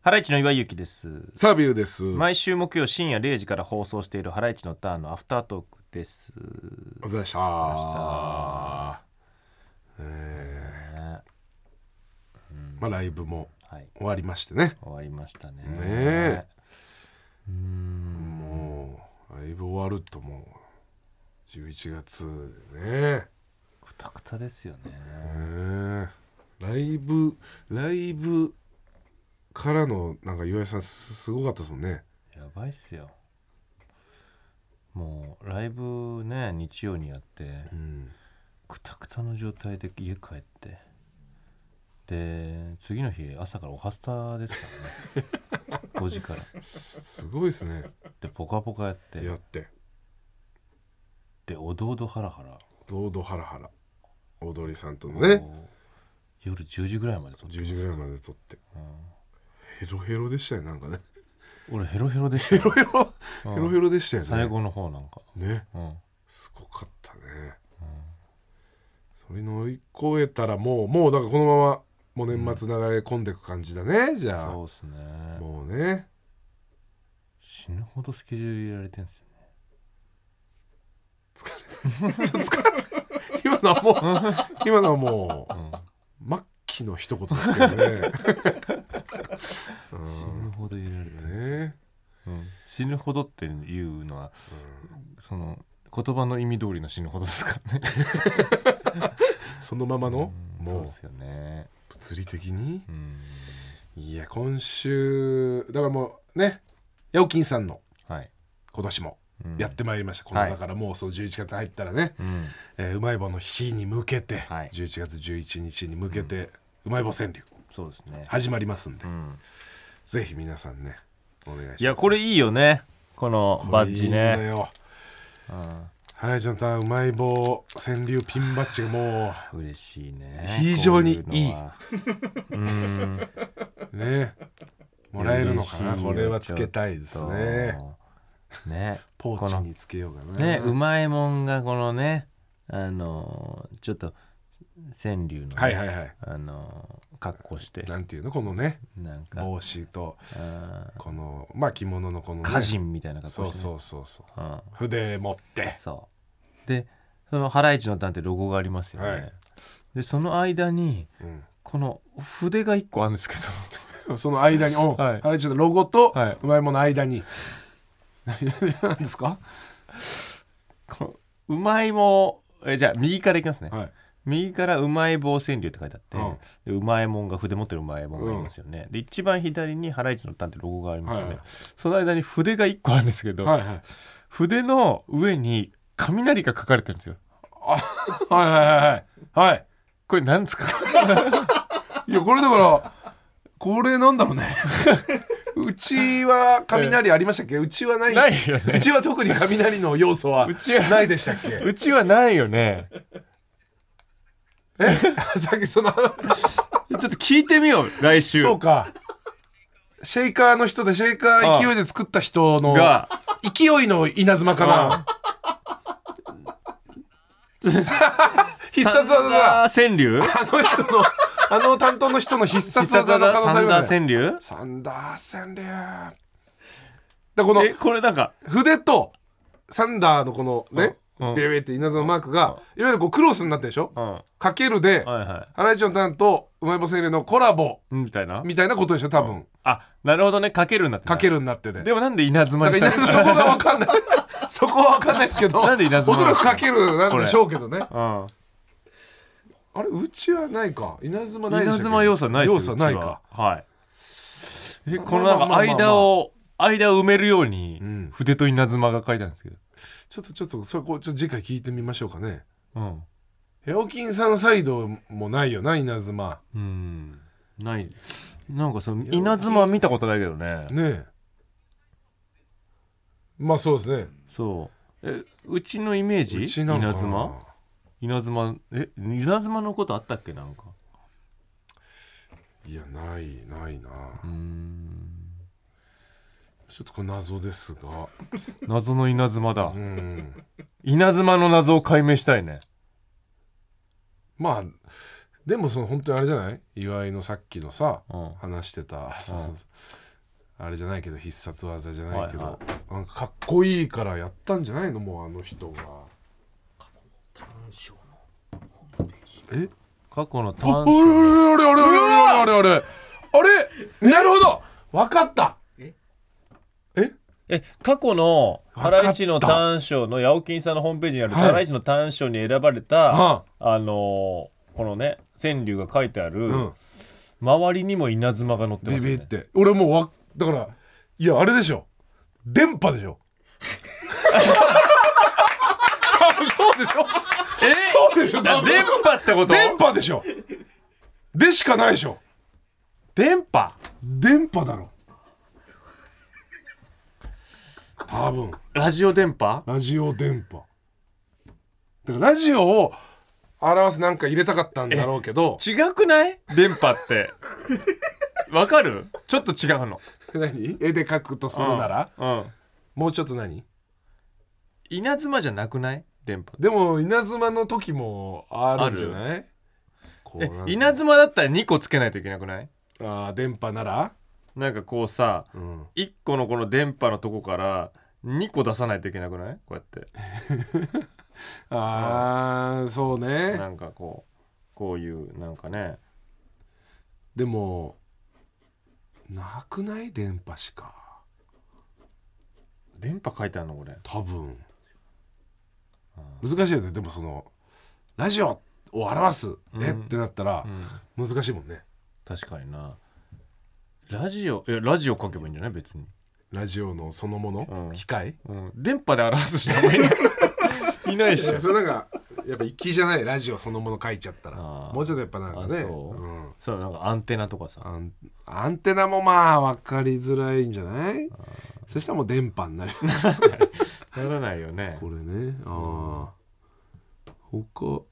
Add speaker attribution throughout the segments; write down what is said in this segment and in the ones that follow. Speaker 1: ハライチの岩井ゆきです。
Speaker 2: サービューです、
Speaker 1: 毎週木曜深夜0時から放送しているハライチのターンのアフタートークです。
Speaker 2: お疲れ様でした
Speaker 1: ね
Speaker 2: まあライブも
Speaker 1: はい、
Speaker 2: 終わりましてね
Speaker 1: 終わりましたね。
Speaker 2: ねえもうライブ終わるともう11月でね
Speaker 1: くたくたですよね。
Speaker 2: ねライブライブからのなんか岩井さんすすごかったですもんね
Speaker 1: やばいっすよ。もうライブね日曜にやって
Speaker 2: うん
Speaker 1: くたくたの状態で家帰ってで次の日朝からおはスタですからね5時から
Speaker 2: すごいですね
Speaker 1: でポカポカやって
Speaker 2: やって
Speaker 1: でおどおどハラハラ
Speaker 2: 堂々ハラハラ踊りさんとのね
Speaker 1: こう夜10時ぐらいまで撮って
Speaker 2: 10時ぐらいまで撮ってヘロヘロでしたよなんかね
Speaker 1: 俺ヘロヘロでしたよ
Speaker 2: ヘロヘロヘロでしたよね
Speaker 1: 最後の方なんか、
Speaker 2: ね
Speaker 1: うん、
Speaker 2: すごかったね、それ乗り越えたらもうもうだからこのままもう年末流れ込んでく感じだね、じゃ
Speaker 1: そう
Speaker 2: あ
Speaker 1: っすね
Speaker 2: もうね
Speaker 1: 死ぬほどスケジュール入れられてんすよね
Speaker 2: 今のはも う今のはもう、末期の一言ですけど ね
Speaker 1: 死ぬほど入れられてんすよ、
Speaker 2: ね
Speaker 1: うん、死ぬほどっていうのは、その言葉の意味通りの死ぬほどですからね
Speaker 2: そのままの、
Speaker 1: そう
Speaker 2: もう
Speaker 1: ですよね
Speaker 2: 物理的に
Speaker 1: うん
Speaker 2: いや今週だからもうねヤオキンさんの
Speaker 1: はい、
Speaker 2: 今年も
Speaker 1: うん
Speaker 2: やってまいりました、こ
Speaker 1: は
Speaker 2: の
Speaker 1: い
Speaker 2: だからもうその11月入ったらね、
Speaker 1: うん、
Speaker 2: えーうまい棒の日に向けて、
Speaker 1: はい
Speaker 2: 11月11日に向けて、うまい棒川柳
Speaker 1: そうですね、
Speaker 2: 始まりますんで、
Speaker 1: うん、
Speaker 2: ぜひ皆さんねお願いします
Speaker 1: いやこれいいよねこのバッジ
Speaker 2: これいいんだ
Speaker 1: ね
Speaker 2: よ
Speaker 1: うん
Speaker 2: ハライチのターンうまい棒川柳ピンバッジがも
Speaker 1: 嬉しいね
Speaker 2: 非常にいい
Speaker 1: こううのはうん
Speaker 2: う ねもらえるのかな
Speaker 1: 嬉しいよ
Speaker 2: これはつけたいですね
Speaker 1: そうね
Speaker 2: ポー
Speaker 1: こ
Speaker 2: チ
Speaker 1: の
Speaker 2: につけようかな
Speaker 1: ねうまいもんがこのねあのーちょっと川柳のね、
Speaker 2: はいはいはい
Speaker 1: あのー格好して
Speaker 2: なんていうのこのね
Speaker 1: なんか
Speaker 2: 帽子と
Speaker 1: あー
Speaker 2: このまあ着物のこの、ね、
Speaker 1: 歌人みたいな格
Speaker 2: そ
Speaker 1: 好し
Speaker 2: う
Speaker 1: てね、
Speaker 2: そうそうそう
Speaker 1: うん
Speaker 2: 筆持って
Speaker 1: そうでその「ハライチのターン」ってロゴがありますよね、
Speaker 2: はい
Speaker 1: でその間に
Speaker 2: うん
Speaker 1: この筆が一個あるんですけど
Speaker 2: その間に、お
Speaker 1: はい
Speaker 2: あれちょっとロゴと
Speaker 1: はいう
Speaker 2: まいもの間に。何ですか？
Speaker 1: このうまいもんえじゃあ右からいきますね、
Speaker 2: はい。
Speaker 1: 右からうまい棒川柳って書いてあって、
Speaker 2: うん
Speaker 1: でうまいもんが筆持ってるうまいもんがいますよね、で一番左にハライチのターンってロゴがありますよね、
Speaker 2: はいはい
Speaker 1: その間に筆が1個あるんですけど、
Speaker 2: はいはい。
Speaker 1: 筆の上に雷が書かれてるんですよ
Speaker 2: はいはいはいはい。はい。
Speaker 1: これなんですか
Speaker 2: いやこれだからこれなんだろ うね。うちは雷ありましたっけ？うちはない。
Speaker 1: ないよね
Speaker 2: うちは特に雷の要素は
Speaker 1: うちは
Speaker 2: ないでしたっけ？
Speaker 1: うちはないよね
Speaker 2: さっきその
Speaker 1: ちょっと聞いてみよう来週
Speaker 2: そうか。シェイカーの人でシェイカー勢いで作った人の
Speaker 1: が
Speaker 2: 勢いの稲妻かな。 必殺技だ。
Speaker 1: サンダー川柳
Speaker 2: あの人の、あの担当の人の必
Speaker 1: 必
Speaker 2: 殺
Speaker 1: 殺
Speaker 2: 技の
Speaker 1: 技
Speaker 2: 可能性
Speaker 1: サ
Speaker 2: あり
Speaker 1: ン
Speaker 2: ま
Speaker 1: ダー
Speaker 2: すね。
Speaker 1: 川柳
Speaker 2: サンダー川柳。だこの
Speaker 1: えこれなんか
Speaker 2: 筆とサンダーのこのね、
Speaker 1: うん
Speaker 2: ビリビリって稲妻のマークが、いわゆるこうクロスになってるでしょ
Speaker 1: うんは
Speaker 2: かけるで
Speaker 1: い、は
Speaker 2: ハライチのターンとうまい棒川柳のコラボ
Speaker 1: いみたいな
Speaker 2: みたいなことでしょ、多分。
Speaker 1: あなるほどねかけるんだって
Speaker 2: かけるになってて。
Speaker 1: でもなんで稲妻
Speaker 2: なん
Speaker 1: に
Speaker 2: か
Speaker 1: し
Speaker 2: 稲
Speaker 1: たんです
Speaker 2: 妻
Speaker 1: か
Speaker 2: そこがわかんない。 そこはわかんないですけど、
Speaker 1: なんで稲妻
Speaker 2: おそらくかけるなんでしょうけどね。
Speaker 1: うん
Speaker 2: あれ、うちはないか。稲妻ないでしたっ
Speaker 1: 稲
Speaker 2: け
Speaker 1: 妻要素ないですよ
Speaker 2: 要素ない
Speaker 1: こっちは
Speaker 2: か。
Speaker 1: はいえ
Speaker 2: まあ
Speaker 1: このなん
Speaker 2: ま
Speaker 1: か
Speaker 2: あまあまあ
Speaker 1: 間を間を埋めるように
Speaker 2: うん
Speaker 1: 筆と稲妻が書いてあるんですけど
Speaker 2: ちょっとちょっとそこちょっと次回聞いてみましょうかね。
Speaker 1: うん
Speaker 2: ヘオキンさんサイドもないよな稲妻。
Speaker 1: うんないなんかその稲妻は見たことないけどね
Speaker 2: ねえ。まあそうですね。
Speaker 1: そうえうちのイメージ
Speaker 2: うちなのかな
Speaker 1: 稲妻稲妻え稲妻のことあったっけなんか
Speaker 2: いやないないな。
Speaker 1: うん
Speaker 2: ちょっとこれ謎ですが。
Speaker 1: 謎の稲妻だ
Speaker 2: うん。
Speaker 1: 稲妻の謎を解明したいね
Speaker 2: まあでもその本当にあれじゃない岩井のさっきのさ、
Speaker 1: うん
Speaker 2: 話してた、そのあれじゃないけど必殺技じゃないけど、
Speaker 1: は
Speaker 2: なんかかっこいいからやったんじゃないのもうあの人が
Speaker 3: 短所
Speaker 2: え
Speaker 1: 過去の
Speaker 2: あ
Speaker 1: 短
Speaker 2: あれ
Speaker 1: 所
Speaker 2: あれあれあれあれあれあれあれあれなるほどわかった
Speaker 1: え過去の
Speaker 2: わか
Speaker 1: ハ
Speaker 2: った
Speaker 1: ライチの短所の八百金さんのホームページにある
Speaker 2: はい
Speaker 1: ハライチの短所に選ばれた、
Speaker 2: あ
Speaker 1: あのーこのね川柳が書いてある、
Speaker 2: うん
Speaker 1: 周りにも稲妻が載ってま
Speaker 2: ビ
Speaker 1: すよ
Speaker 2: ビ
Speaker 1: ね
Speaker 2: って俺もうわだからいやあれでしょ電波でしょ多分そうでしょそうでしょ
Speaker 1: だ
Speaker 2: 多分
Speaker 1: 電波ってこと
Speaker 2: 電波でしょでしかないでしょ
Speaker 1: 電波
Speaker 2: 電波だろ多分
Speaker 1: ラジオ電波
Speaker 2: ラジオ電波だからラジオを表すなんか入れたかったんだろうけど
Speaker 1: 違くない電波ってわかるちょっと違うの
Speaker 2: 何絵で描くとするなら、
Speaker 1: うん
Speaker 2: もうちょっと何
Speaker 1: 稲妻じゃなくない電波
Speaker 2: でも稲妻の時もあるんじゃないこう
Speaker 1: え
Speaker 2: なんか
Speaker 1: 稲妻だったら2個つけないといけなくない
Speaker 2: あー電波なら、
Speaker 1: なんかこうさ
Speaker 2: うん、
Speaker 1: 1個のこの電波のとこから2個出さないといけなくないこうやっ
Speaker 2: あーそう
Speaker 1: て
Speaker 2: ね
Speaker 1: なんかこうこういうなんかね
Speaker 2: でもなくない電波しか
Speaker 1: 電波書いてあるのこれ
Speaker 2: 多分難しいよねでもそのラジオを表す絵ってなったら
Speaker 1: うん
Speaker 2: 難しいもんね、
Speaker 1: 確かになラジオいやラジオ書けばいいんじゃない別に、
Speaker 2: ラジオのそのもの、
Speaker 1: うん
Speaker 2: 機械
Speaker 1: うん、電波で表す人もいない いないっしょ
Speaker 2: それなんかやっぱ気じゃないラジオそのもの書いちゃったら
Speaker 1: あー
Speaker 2: もうちょっとやっぱなんかね
Speaker 1: あそう
Speaker 2: うん
Speaker 1: そうなんかアンテナとかさ
Speaker 2: アンアンテナもまあ分かりづらいんじゃないそしたらもう電波 になる
Speaker 1: ならないよね
Speaker 2: これねああ他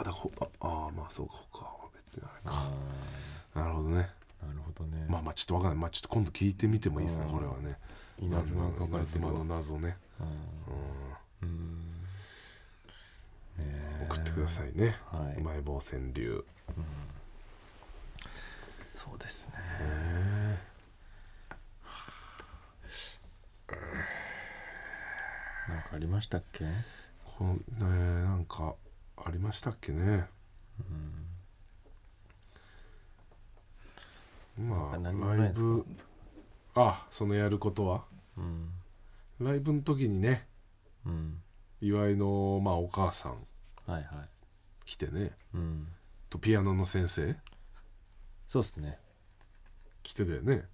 Speaker 2: あだほああーまあそうか他は別にあれかなるほどね
Speaker 1: なるほどね、
Speaker 2: まあまあちょっと分かんないまあちょっと今度聞いてみてもいいですね
Speaker 1: うん
Speaker 2: これはね
Speaker 1: 稲妻が書かれてる
Speaker 2: 妻
Speaker 1: わ
Speaker 2: の謎ね
Speaker 1: うんうん
Speaker 2: 送ってくださいね
Speaker 1: はいう
Speaker 2: まい棒川柳
Speaker 1: そうですねなんかありましたっけ
Speaker 2: このねなんかありましたっけねまあ
Speaker 1: なんか何もな
Speaker 2: ラ
Speaker 1: い
Speaker 2: イ
Speaker 1: ですか
Speaker 2: ブあそのやることは
Speaker 1: うん
Speaker 2: ライブの時にね
Speaker 1: うん
Speaker 2: 岩井の、まあ、お母さん
Speaker 1: はいはい
Speaker 2: 来てね
Speaker 1: うん
Speaker 2: とピアノの先生
Speaker 1: そうですね
Speaker 2: 来てたよね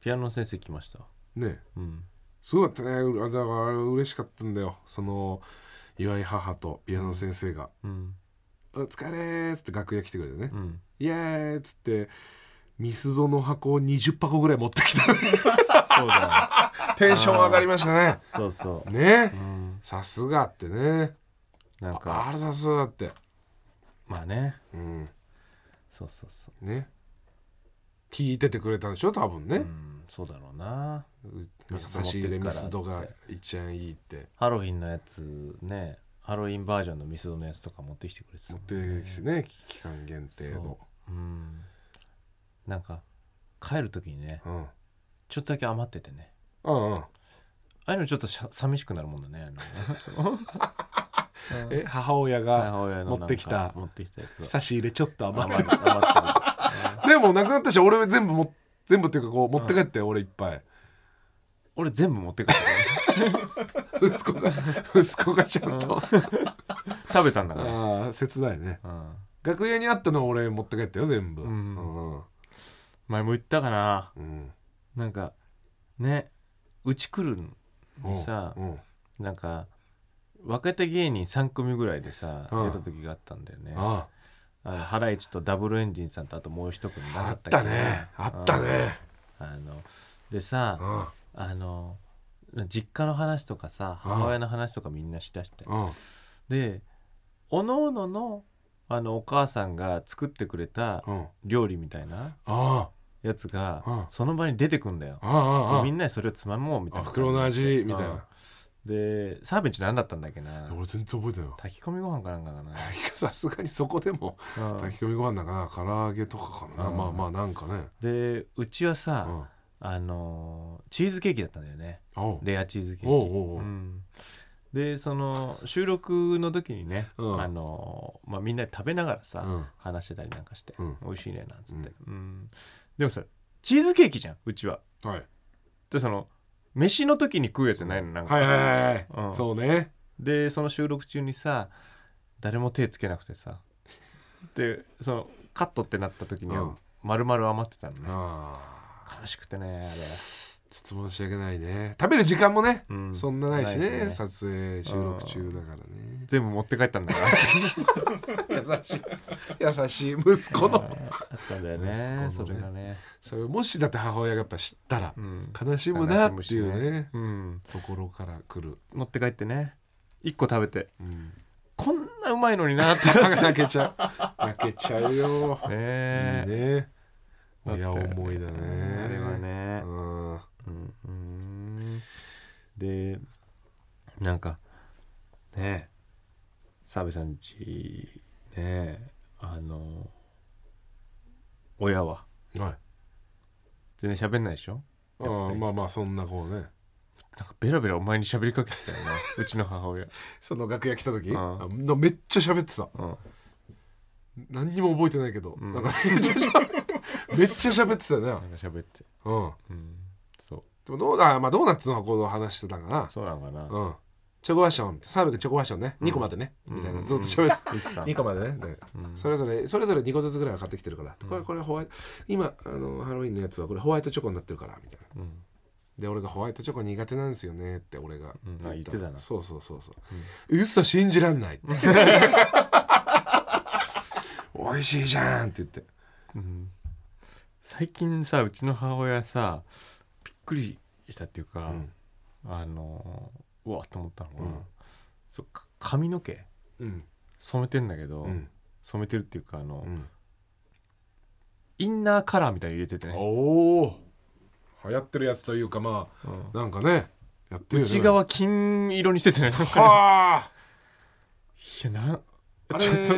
Speaker 1: ピアノの先生来ました
Speaker 2: ね
Speaker 1: うん
Speaker 2: すごかったねうあだからあれ嬉しかったんだよその岩井母とピアノの先生が
Speaker 1: うん
Speaker 2: 「お疲れ」っつって楽屋来てくれてね
Speaker 1: うん
Speaker 2: 「イエーイ」っつってミスゾの箱を20箱ぐらい持ってきた
Speaker 1: そうだよ
Speaker 2: テンション上がりましたね
Speaker 1: そうそ
Speaker 2: ね
Speaker 1: ううん
Speaker 2: さすがってね
Speaker 1: なん
Speaker 2: あ
Speaker 1: か
Speaker 2: あれさすがって
Speaker 1: まあね
Speaker 2: うん
Speaker 1: そうそうそう
Speaker 2: ね聞いててくれたんでしょ多分ね
Speaker 1: う、んそうだろうな
Speaker 2: なんか差し入れミスドが一番いいって
Speaker 1: ハロウィンのやつねハロウィンバージョンのミスドのやつとか持ってきてくれてたも
Speaker 2: 持っ
Speaker 1: ん
Speaker 2: てきてね期期間限定の
Speaker 1: うんなんか帰る時にね
Speaker 2: う、ん、
Speaker 1: ちょっとだけ余っててね
Speaker 2: うんうん
Speaker 1: ああいうのちょっとしゃ寂しくなるもんだねあのその
Speaker 2: え母親
Speaker 1: 母
Speaker 2: が
Speaker 1: 親のなんか
Speaker 2: 持ってきた
Speaker 1: 持ってきたやつ
Speaker 2: 差し入れちょっと余
Speaker 1: 余
Speaker 2: って
Speaker 1: る余ってる
Speaker 2: でもなくなったし俺全部も全部っていうかこう持って帰って俺いっぱい
Speaker 1: 俺全部持って帰ったか
Speaker 2: 息子 が息子がちゃんと
Speaker 1: ら食べたんだから
Speaker 2: ああ切ないね
Speaker 1: うん
Speaker 2: 楽屋にあったの俺持って帰ったよ全部
Speaker 1: ん
Speaker 2: うん
Speaker 1: 前も言ったかな
Speaker 2: うん
Speaker 1: なんかねうち来るの
Speaker 2: うん
Speaker 1: にさ
Speaker 2: うん
Speaker 1: なんか若手芸人3組ぐらいでさ
Speaker 2: うん
Speaker 1: 出た時があったんだよね
Speaker 2: あ
Speaker 1: あのハライチとダブルエンジンさんとあともう一組な
Speaker 2: ああ
Speaker 1: か
Speaker 2: っ
Speaker 1: ったたっけ
Speaker 2: ねあったね
Speaker 1: うんあのでさ
Speaker 2: うん
Speaker 1: あの実家の話とかさ
Speaker 2: うん
Speaker 1: 母親の話とかみんなしだして
Speaker 2: うん
Speaker 1: でおのおののあのお母さんが作ってくれた
Speaker 2: うん
Speaker 1: 料理みたいな
Speaker 2: あ
Speaker 1: やつが
Speaker 2: うん
Speaker 1: その場に出てくんだよ
Speaker 2: あああああ
Speaker 1: でみんなでそれをつまもうみたい
Speaker 2: あ
Speaker 1: な
Speaker 2: 袋の味みたいな
Speaker 1: うんでサーベンチ何だったんだっけな
Speaker 2: 俺全然覚えてないわ
Speaker 1: 炊き込みご飯かなんかかな
Speaker 2: さすがにそこでも
Speaker 1: うん
Speaker 2: 炊き込みご飯だから唐揚げとかかな、
Speaker 1: うん
Speaker 2: まあまあなんかね、
Speaker 1: でうちはさ、
Speaker 2: うん、あ
Speaker 1: あのーチーズケーキだったんだよね
Speaker 2: お
Speaker 1: レアチーズケーキ
Speaker 2: おうおうおう
Speaker 1: うんでその収録の時にね、
Speaker 2: うん
Speaker 1: あのーまあ、みんなで食べながらさ、
Speaker 2: うん
Speaker 1: 話してたりなんかして、
Speaker 2: うん
Speaker 1: 美味しいねなんつって、うんでもさチーズケーキじゃんうちは
Speaker 2: はい
Speaker 1: でその飯の時に食うやつじゃないのなんか、
Speaker 2: はいはいはいはい、
Speaker 1: うん
Speaker 2: そうね
Speaker 1: でその収録中にさ誰も手つけなくてさでそのカットってなった時に
Speaker 2: うん
Speaker 1: は丸々余ってたのね、
Speaker 2: ああ
Speaker 1: 悲しくてねあれ
Speaker 2: ちょっと申し訳ないね食べる時間もね、
Speaker 1: うん
Speaker 2: そんなないしね
Speaker 1: ないしね
Speaker 2: 撮影収録中だからね
Speaker 1: 全部持って帰ったんだから
Speaker 2: 優しい優しい息子の
Speaker 1: あったんだよ
Speaker 2: 息子の
Speaker 1: ね
Speaker 2: ね
Speaker 1: それがね
Speaker 2: それもしだって母親がやっぱ知ったら
Speaker 1: うん
Speaker 2: 悲しむなっていうね,、
Speaker 1: うん
Speaker 2: ところから来る、
Speaker 1: 持って帰ってね一個食べて
Speaker 2: うん、
Speaker 1: こんなうまいのにな って
Speaker 2: 泣けちゃう泣けちゃうよ、
Speaker 1: ね
Speaker 2: いいね
Speaker 1: だって
Speaker 2: 親思いだね
Speaker 1: あれはね
Speaker 2: うん
Speaker 1: うんうんでなんかねえ澤部さんちねえあの親は
Speaker 2: はい
Speaker 1: 全然喋んないでしょ
Speaker 2: ああまあまあそんなこうね
Speaker 1: なんかベラベラお前に喋りかけてた よなうちの母親
Speaker 2: その楽屋来た時
Speaker 1: うん
Speaker 2: あのめっちゃ喋ってた
Speaker 1: うん
Speaker 2: 何にも覚えてないけど、
Speaker 1: うん
Speaker 2: なんかめっちゃ喋めっちゃ喋ってたよね
Speaker 1: なんか喋って
Speaker 2: うん
Speaker 1: うんそう
Speaker 2: でもどうだまあドーナツのことを話してたから
Speaker 1: そうなのかな
Speaker 2: うんチョコファッションって澤部君チョコファッションね2個までね、みたいなずっと喋って
Speaker 1: 言ってた
Speaker 2: 2個までねでそれぞれそれぞれ2個ずつぐらいは買ってきてるから、これこれホワイト今あのハロウィンのやつはこれホワイトチョコになってるからみたいな、
Speaker 1: うん
Speaker 2: で俺がホワイトチョコ苦手なんですよねって俺が
Speaker 1: うんあ言って
Speaker 2: ら
Speaker 1: たな
Speaker 2: そうそうそうそう、嘘信じらんない って美味しいじゃんって言って
Speaker 1: うん最近さうちの母親さびっくりしたっていうか、
Speaker 2: うん
Speaker 1: あのうわっと思ったのが、
Speaker 2: うん
Speaker 1: そうか髪の毛
Speaker 2: うん
Speaker 1: 染めてんだけど、
Speaker 2: うん
Speaker 1: 染めてるっていうかあの、
Speaker 2: うん
Speaker 1: インナーカラーみたいに入れててね、
Speaker 2: おお流行ってるやつというかまあ
Speaker 1: うん
Speaker 2: なんかねやってるよね
Speaker 1: 内側金色にして てねなんかね
Speaker 2: はあ
Speaker 1: いやなん
Speaker 2: あれ
Speaker 1: ちょっと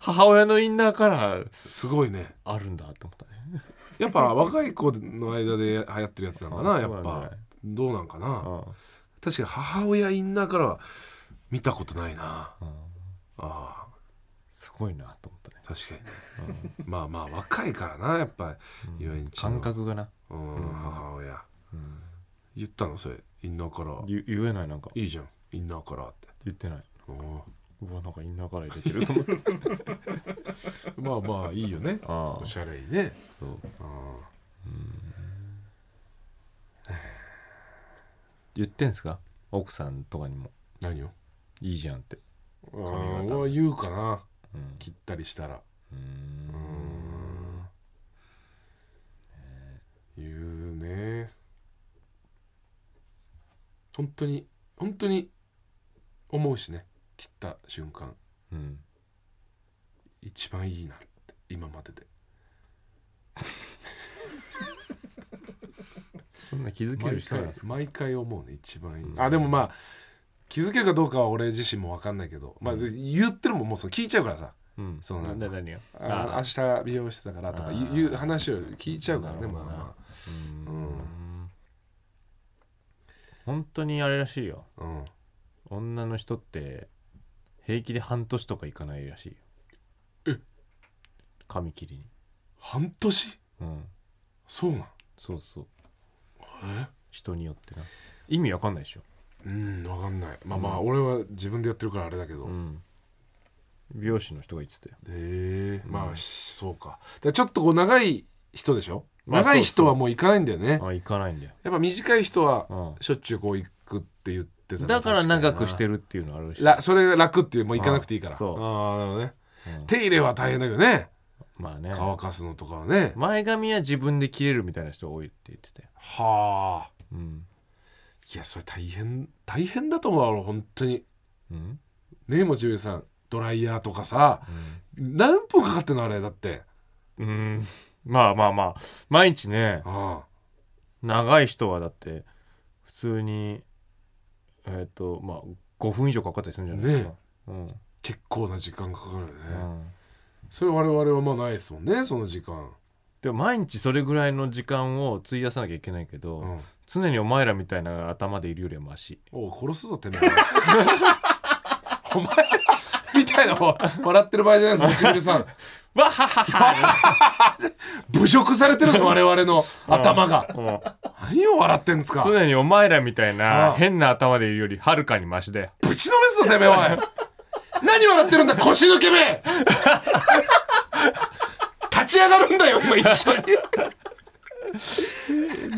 Speaker 1: 母親のインナーカラー
Speaker 2: すごいね
Speaker 1: あるんだと思ったね
Speaker 2: やっぱ若い子の間で流行ってるやつなんかな
Speaker 1: あ
Speaker 2: や
Speaker 1: そう
Speaker 2: っ
Speaker 1: なんだ
Speaker 2: ぱどうなんかな
Speaker 1: あ
Speaker 2: 確かに母親インナーからは見たことないな
Speaker 1: あ
Speaker 2: あ
Speaker 1: すごいなと思ったね
Speaker 2: ー確かにね、まあまあ若いからなやっぱり遊園地の
Speaker 1: 感覚がな、
Speaker 2: うん、母親
Speaker 1: うん、
Speaker 2: 言ったのそれインナーカラー
Speaker 1: ゆ言えないなんか
Speaker 2: いいじゃんインナーカラーって
Speaker 1: 言ってない
Speaker 2: おー
Speaker 1: うわなんかインナーカラー入れてると思った
Speaker 2: まあまあいいよね
Speaker 1: あ
Speaker 2: お
Speaker 1: あ
Speaker 2: しゃれいね
Speaker 1: そう
Speaker 2: うん
Speaker 1: 言ってんすか奥さんとかにも
Speaker 2: 何を
Speaker 1: いいじゃんって
Speaker 2: 髪
Speaker 1: 型
Speaker 2: 俺は言うかな
Speaker 1: うん
Speaker 2: 切ったりしたら
Speaker 1: うー
Speaker 2: うんん言うね本当に本当に思うしね切った瞬間
Speaker 1: うん
Speaker 2: 一番いいなって今までで
Speaker 1: そんな気づける
Speaker 2: 毎
Speaker 1: 人なん
Speaker 2: 回
Speaker 1: ですか
Speaker 2: 毎回思うね一番いい、
Speaker 1: うん
Speaker 2: あでもまあ気づけるかどうかは俺自身も分かんないけど、まあ、で言ってるもんもうそう聞いちゃうからさ
Speaker 1: うん
Speaker 2: そうなんだ
Speaker 1: な何よ
Speaker 2: あの明日美容室だからとかいういう話を聞いちゃうからね
Speaker 1: なる
Speaker 2: ま
Speaker 1: ほ
Speaker 2: あ
Speaker 1: どな
Speaker 2: ま
Speaker 1: うー
Speaker 2: うん
Speaker 1: 本当にあれらしいよ
Speaker 2: あ、うん、
Speaker 1: 女の人って平気で半年とかいかないらしいよ髪切りに
Speaker 2: 半年
Speaker 1: うん
Speaker 2: そうなん
Speaker 1: そうそう人によってな意味わかんないでしょ
Speaker 2: うん分かんないまあまあ、俺は自分でやってるからあれだけど、
Speaker 1: うん美容師の人が言ってたよ
Speaker 2: へえ
Speaker 1: うん
Speaker 2: まあ、しそうかでちょっとこう長い人でしょ
Speaker 1: まあ
Speaker 2: 長い人
Speaker 1: そ
Speaker 2: は
Speaker 1: うそう
Speaker 2: もう行かないんだよね
Speaker 1: あ行かないんだよ
Speaker 2: やっぱ短い人は
Speaker 1: うん
Speaker 2: しょっちゅうこう行くって言ってたな
Speaker 1: だから長くして
Speaker 2: る
Speaker 1: るっていうのあるし、
Speaker 2: らそれが楽っていうもう行かなくていいから
Speaker 1: あそう
Speaker 2: ああなるほどね
Speaker 1: うん
Speaker 2: 手入れは大変だけどね
Speaker 1: まあね
Speaker 2: 乾かすのとかはね
Speaker 1: 前髪は自分で切れるみたいな人多いって言ってたよ、
Speaker 2: はあ
Speaker 1: うん
Speaker 2: いやそれ大変大変だと思うわ俺本当に
Speaker 1: うん
Speaker 2: ねえもちろんさんドライヤーとかさ何分かかってんのあれだって
Speaker 1: うん、まあまあまあ毎日ね
Speaker 2: ああ
Speaker 1: 長い人はだって普通にえっ、とまあ5分以上かかったりするんじゃないですか、うん
Speaker 2: 結構な時間かかるよね、
Speaker 1: うん、
Speaker 2: それ我々はまあないですもんねその時間、
Speaker 1: でも毎日それぐらいの時間を費やさなきゃいけないけど、
Speaker 2: うん、
Speaker 1: 常にお前らみたいな頭でいるよりはマシ
Speaker 2: おう殺すぞ てめえお前みたいなもん笑ってる場合じゃないです唇さん
Speaker 1: わははは
Speaker 2: 侮辱されてるんです我々の 頭が
Speaker 1: も
Speaker 2: 何を笑ってんです
Speaker 1: う
Speaker 2: か
Speaker 1: 常にお前らみたい
Speaker 2: あ
Speaker 1: な
Speaker 2: あ
Speaker 1: 変な頭でいるよりはるかにマシだよ
Speaker 2: ぶちのめすぞて めえおい何笑ってるんだ腰抜けめ立ち上がるんだよ今一緒に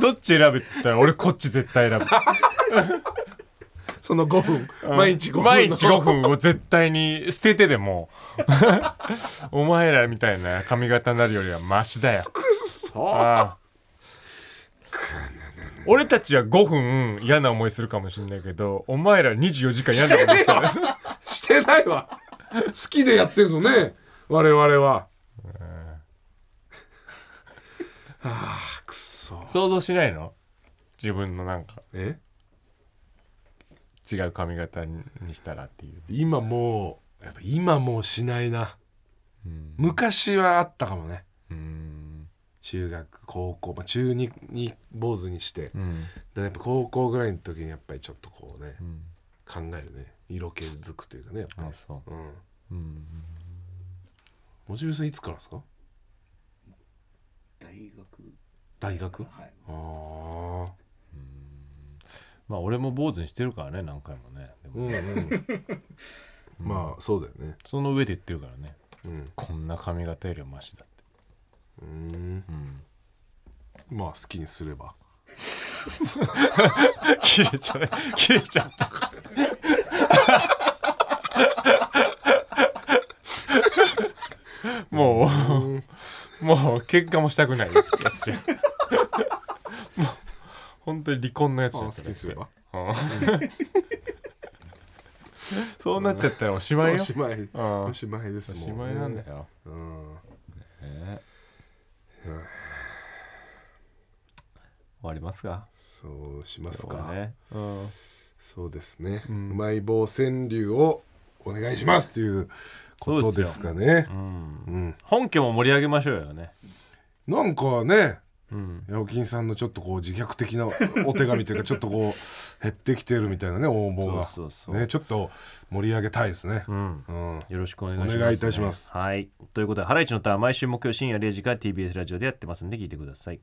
Speaker 1: どっち選べって言ったら俺こっち絶対選ぶ
Speaker 2: その5分毎日5分の
Speaker 1: 毎日5分を絶対に捨ててでも お前らみたいな髪型になるよりはマシだよ
Speaker 2: そう
Speaker 1: ああ俺たちは5分嫌な思いするかもしれないけどお前ら24時間嫌な思いする
Speaker 2: してないわ好きでやってるんですよね我々はあーくそ
Speaker 1: 想像しないの自分のなんか
Speaker 2: え
Speaker 1: 違う髪型にしたらっていう
Speaker 2: 今もうやっぱ今もうしないな
Speaker 1: うん
Speaker 2: 昔はあったかもね
Speaker 1: うん
Speaker 2: 中学高校、まあ、中2に坊主にして、
Speaker 1: うん
Speaker 2: でやっぱ高校ぐらいの時にやっぱりちょっとこうね
Speaker 1: うん
Speaker 2: 考えるね色気づくというかねやっぱり
Speaker 1: あそ
Speaker 2: うん
Speaker 1: ううん
Speaker 2: もちぶさんいつからですか
Speaker 3: 大学
Speaker 2: 大学あ
Speaker 3: はい
Speaker 2: あ
Speaker 1: まあ俺も坊主にしてるからね何回もねで
Speaker 2: う
Speaker 1: も
Speaker 2: んうんまあそうだよね
Speaker 1: その上で言ってるからね
Speaker 2: うん
Speaker 1: こんな髪型よりはマシだって
Speaker 2: うんまあ好きにすれば
Speaker 1: 切れちゃ った切れちゃったもうもう喧嘩もしたくないやつじゃんもう本当に離婚のやつ
Speaker 2: あ
Speaker 1: だ
Speaker 2: 好
Speaker 1: っ
Speaker 2: き
Speaker 1: た
Speaker 2: にすれば
Speaker 1: うんそうなっちゃったらおしまい
Speaker 2: お
Speaker 1: よ
Speaker 2: しま
Speaker 1: う
Speaker 2: い
Speaker 1: ん
Speaker 2: おしまいで
Speaker 1: お
Speaker 2: すもん
Speaker 1: しまいなんだよ
Speaker 2: うん
Speaker 1: 終わりますか
Speaker 2: そうします
Speaker 1: 今日は
Speaker 2: か
Speaker 1: ねうん
Speaker 2: そうですねうんまい棒川柳をお願いしますということですかね
Speaker 1: うん
Speaker 2: うん
Speaker 1: 本家も盛り上げましょうよね
Speaker 2: なんかね
Speaker 1: うん
Speaker 2: ヤオキンさんのちょっとこう自虐的なお手紙というかちょっとこう減ってきてるみたいなね応募が
Speaker 1: そうそうそう
Speaker 2: ねちょっと盛り上げたいですね
Speaker 1: うん
Speaker 2: うん、
Speaker 1: よろしくお願いします、
Speaker 2: お願いいたします
Speaker 1: はい。ということで、ハライチのターン、毎週木曜深夜0時から TBS ラジオでやってますんで、聞いてください。